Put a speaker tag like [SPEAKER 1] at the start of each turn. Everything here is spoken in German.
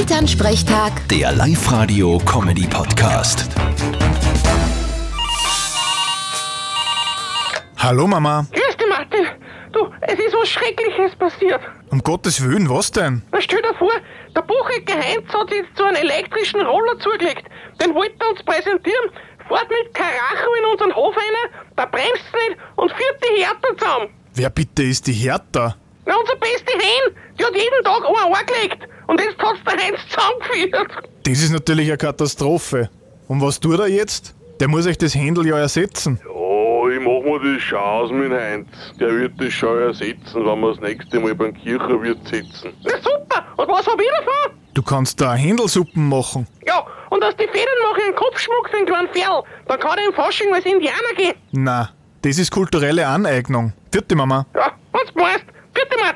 [SPEAKER 1] Elternsprechtag,
[SPEAKER 2] Der Live-Radio-Comedy-Podcast.
[SPEAKER 3] Hallo Mama.
[SPEAKER 4] Grüß dich, Martin. Du, es ist was Schreckliches passiert.
[SPEAKER 3] Um Gottes Willen, was denn?
[SPEAKER 4] Na, stell dir vor, der Buchecker Heinz hat jetzt so einen elektrischen Roller zugelegt. Den wollte er uns präsentieren, fährt mit Karacho in unseren Hof rein, da bremst nicht und führt die Härter zusammen.
[SPEAKER 3] Wer bitte ist die Hertha?
[SPEAKER 4] Na, unser beste Hen, die hat jeden Tag einen angelegt und jetzt hat's der Heinz zusammengeführt.
[SPEAKER 3] Das ist natürlich eine Katastrophe. Und was tut er jetzt? Der muss euch das Händel ja ersetzen.
[SPEAKER 5] Oh, ich mach mir die Chance mit Heinz. Der wird das schon ersetzen, wenn wir das nächste Mal beim Kircher wird sitzen.
[SPEAKER 4] Na super, und was hab ich davon?
[SPEAKER 3] Du kannst da Händelsuppen machen.
[SPEAKER 4] Ja, und aus die Federn mache ich einen Kopfschmuck für den kleinen Ferl. Dann kann er im Fasching als Indianer gehen.
[SPEAKER 3] Na, das ist kulturelle Aneignung. Vierte Mama.
[SPEAKER 4] Ja, wenn's meinst. Bitte,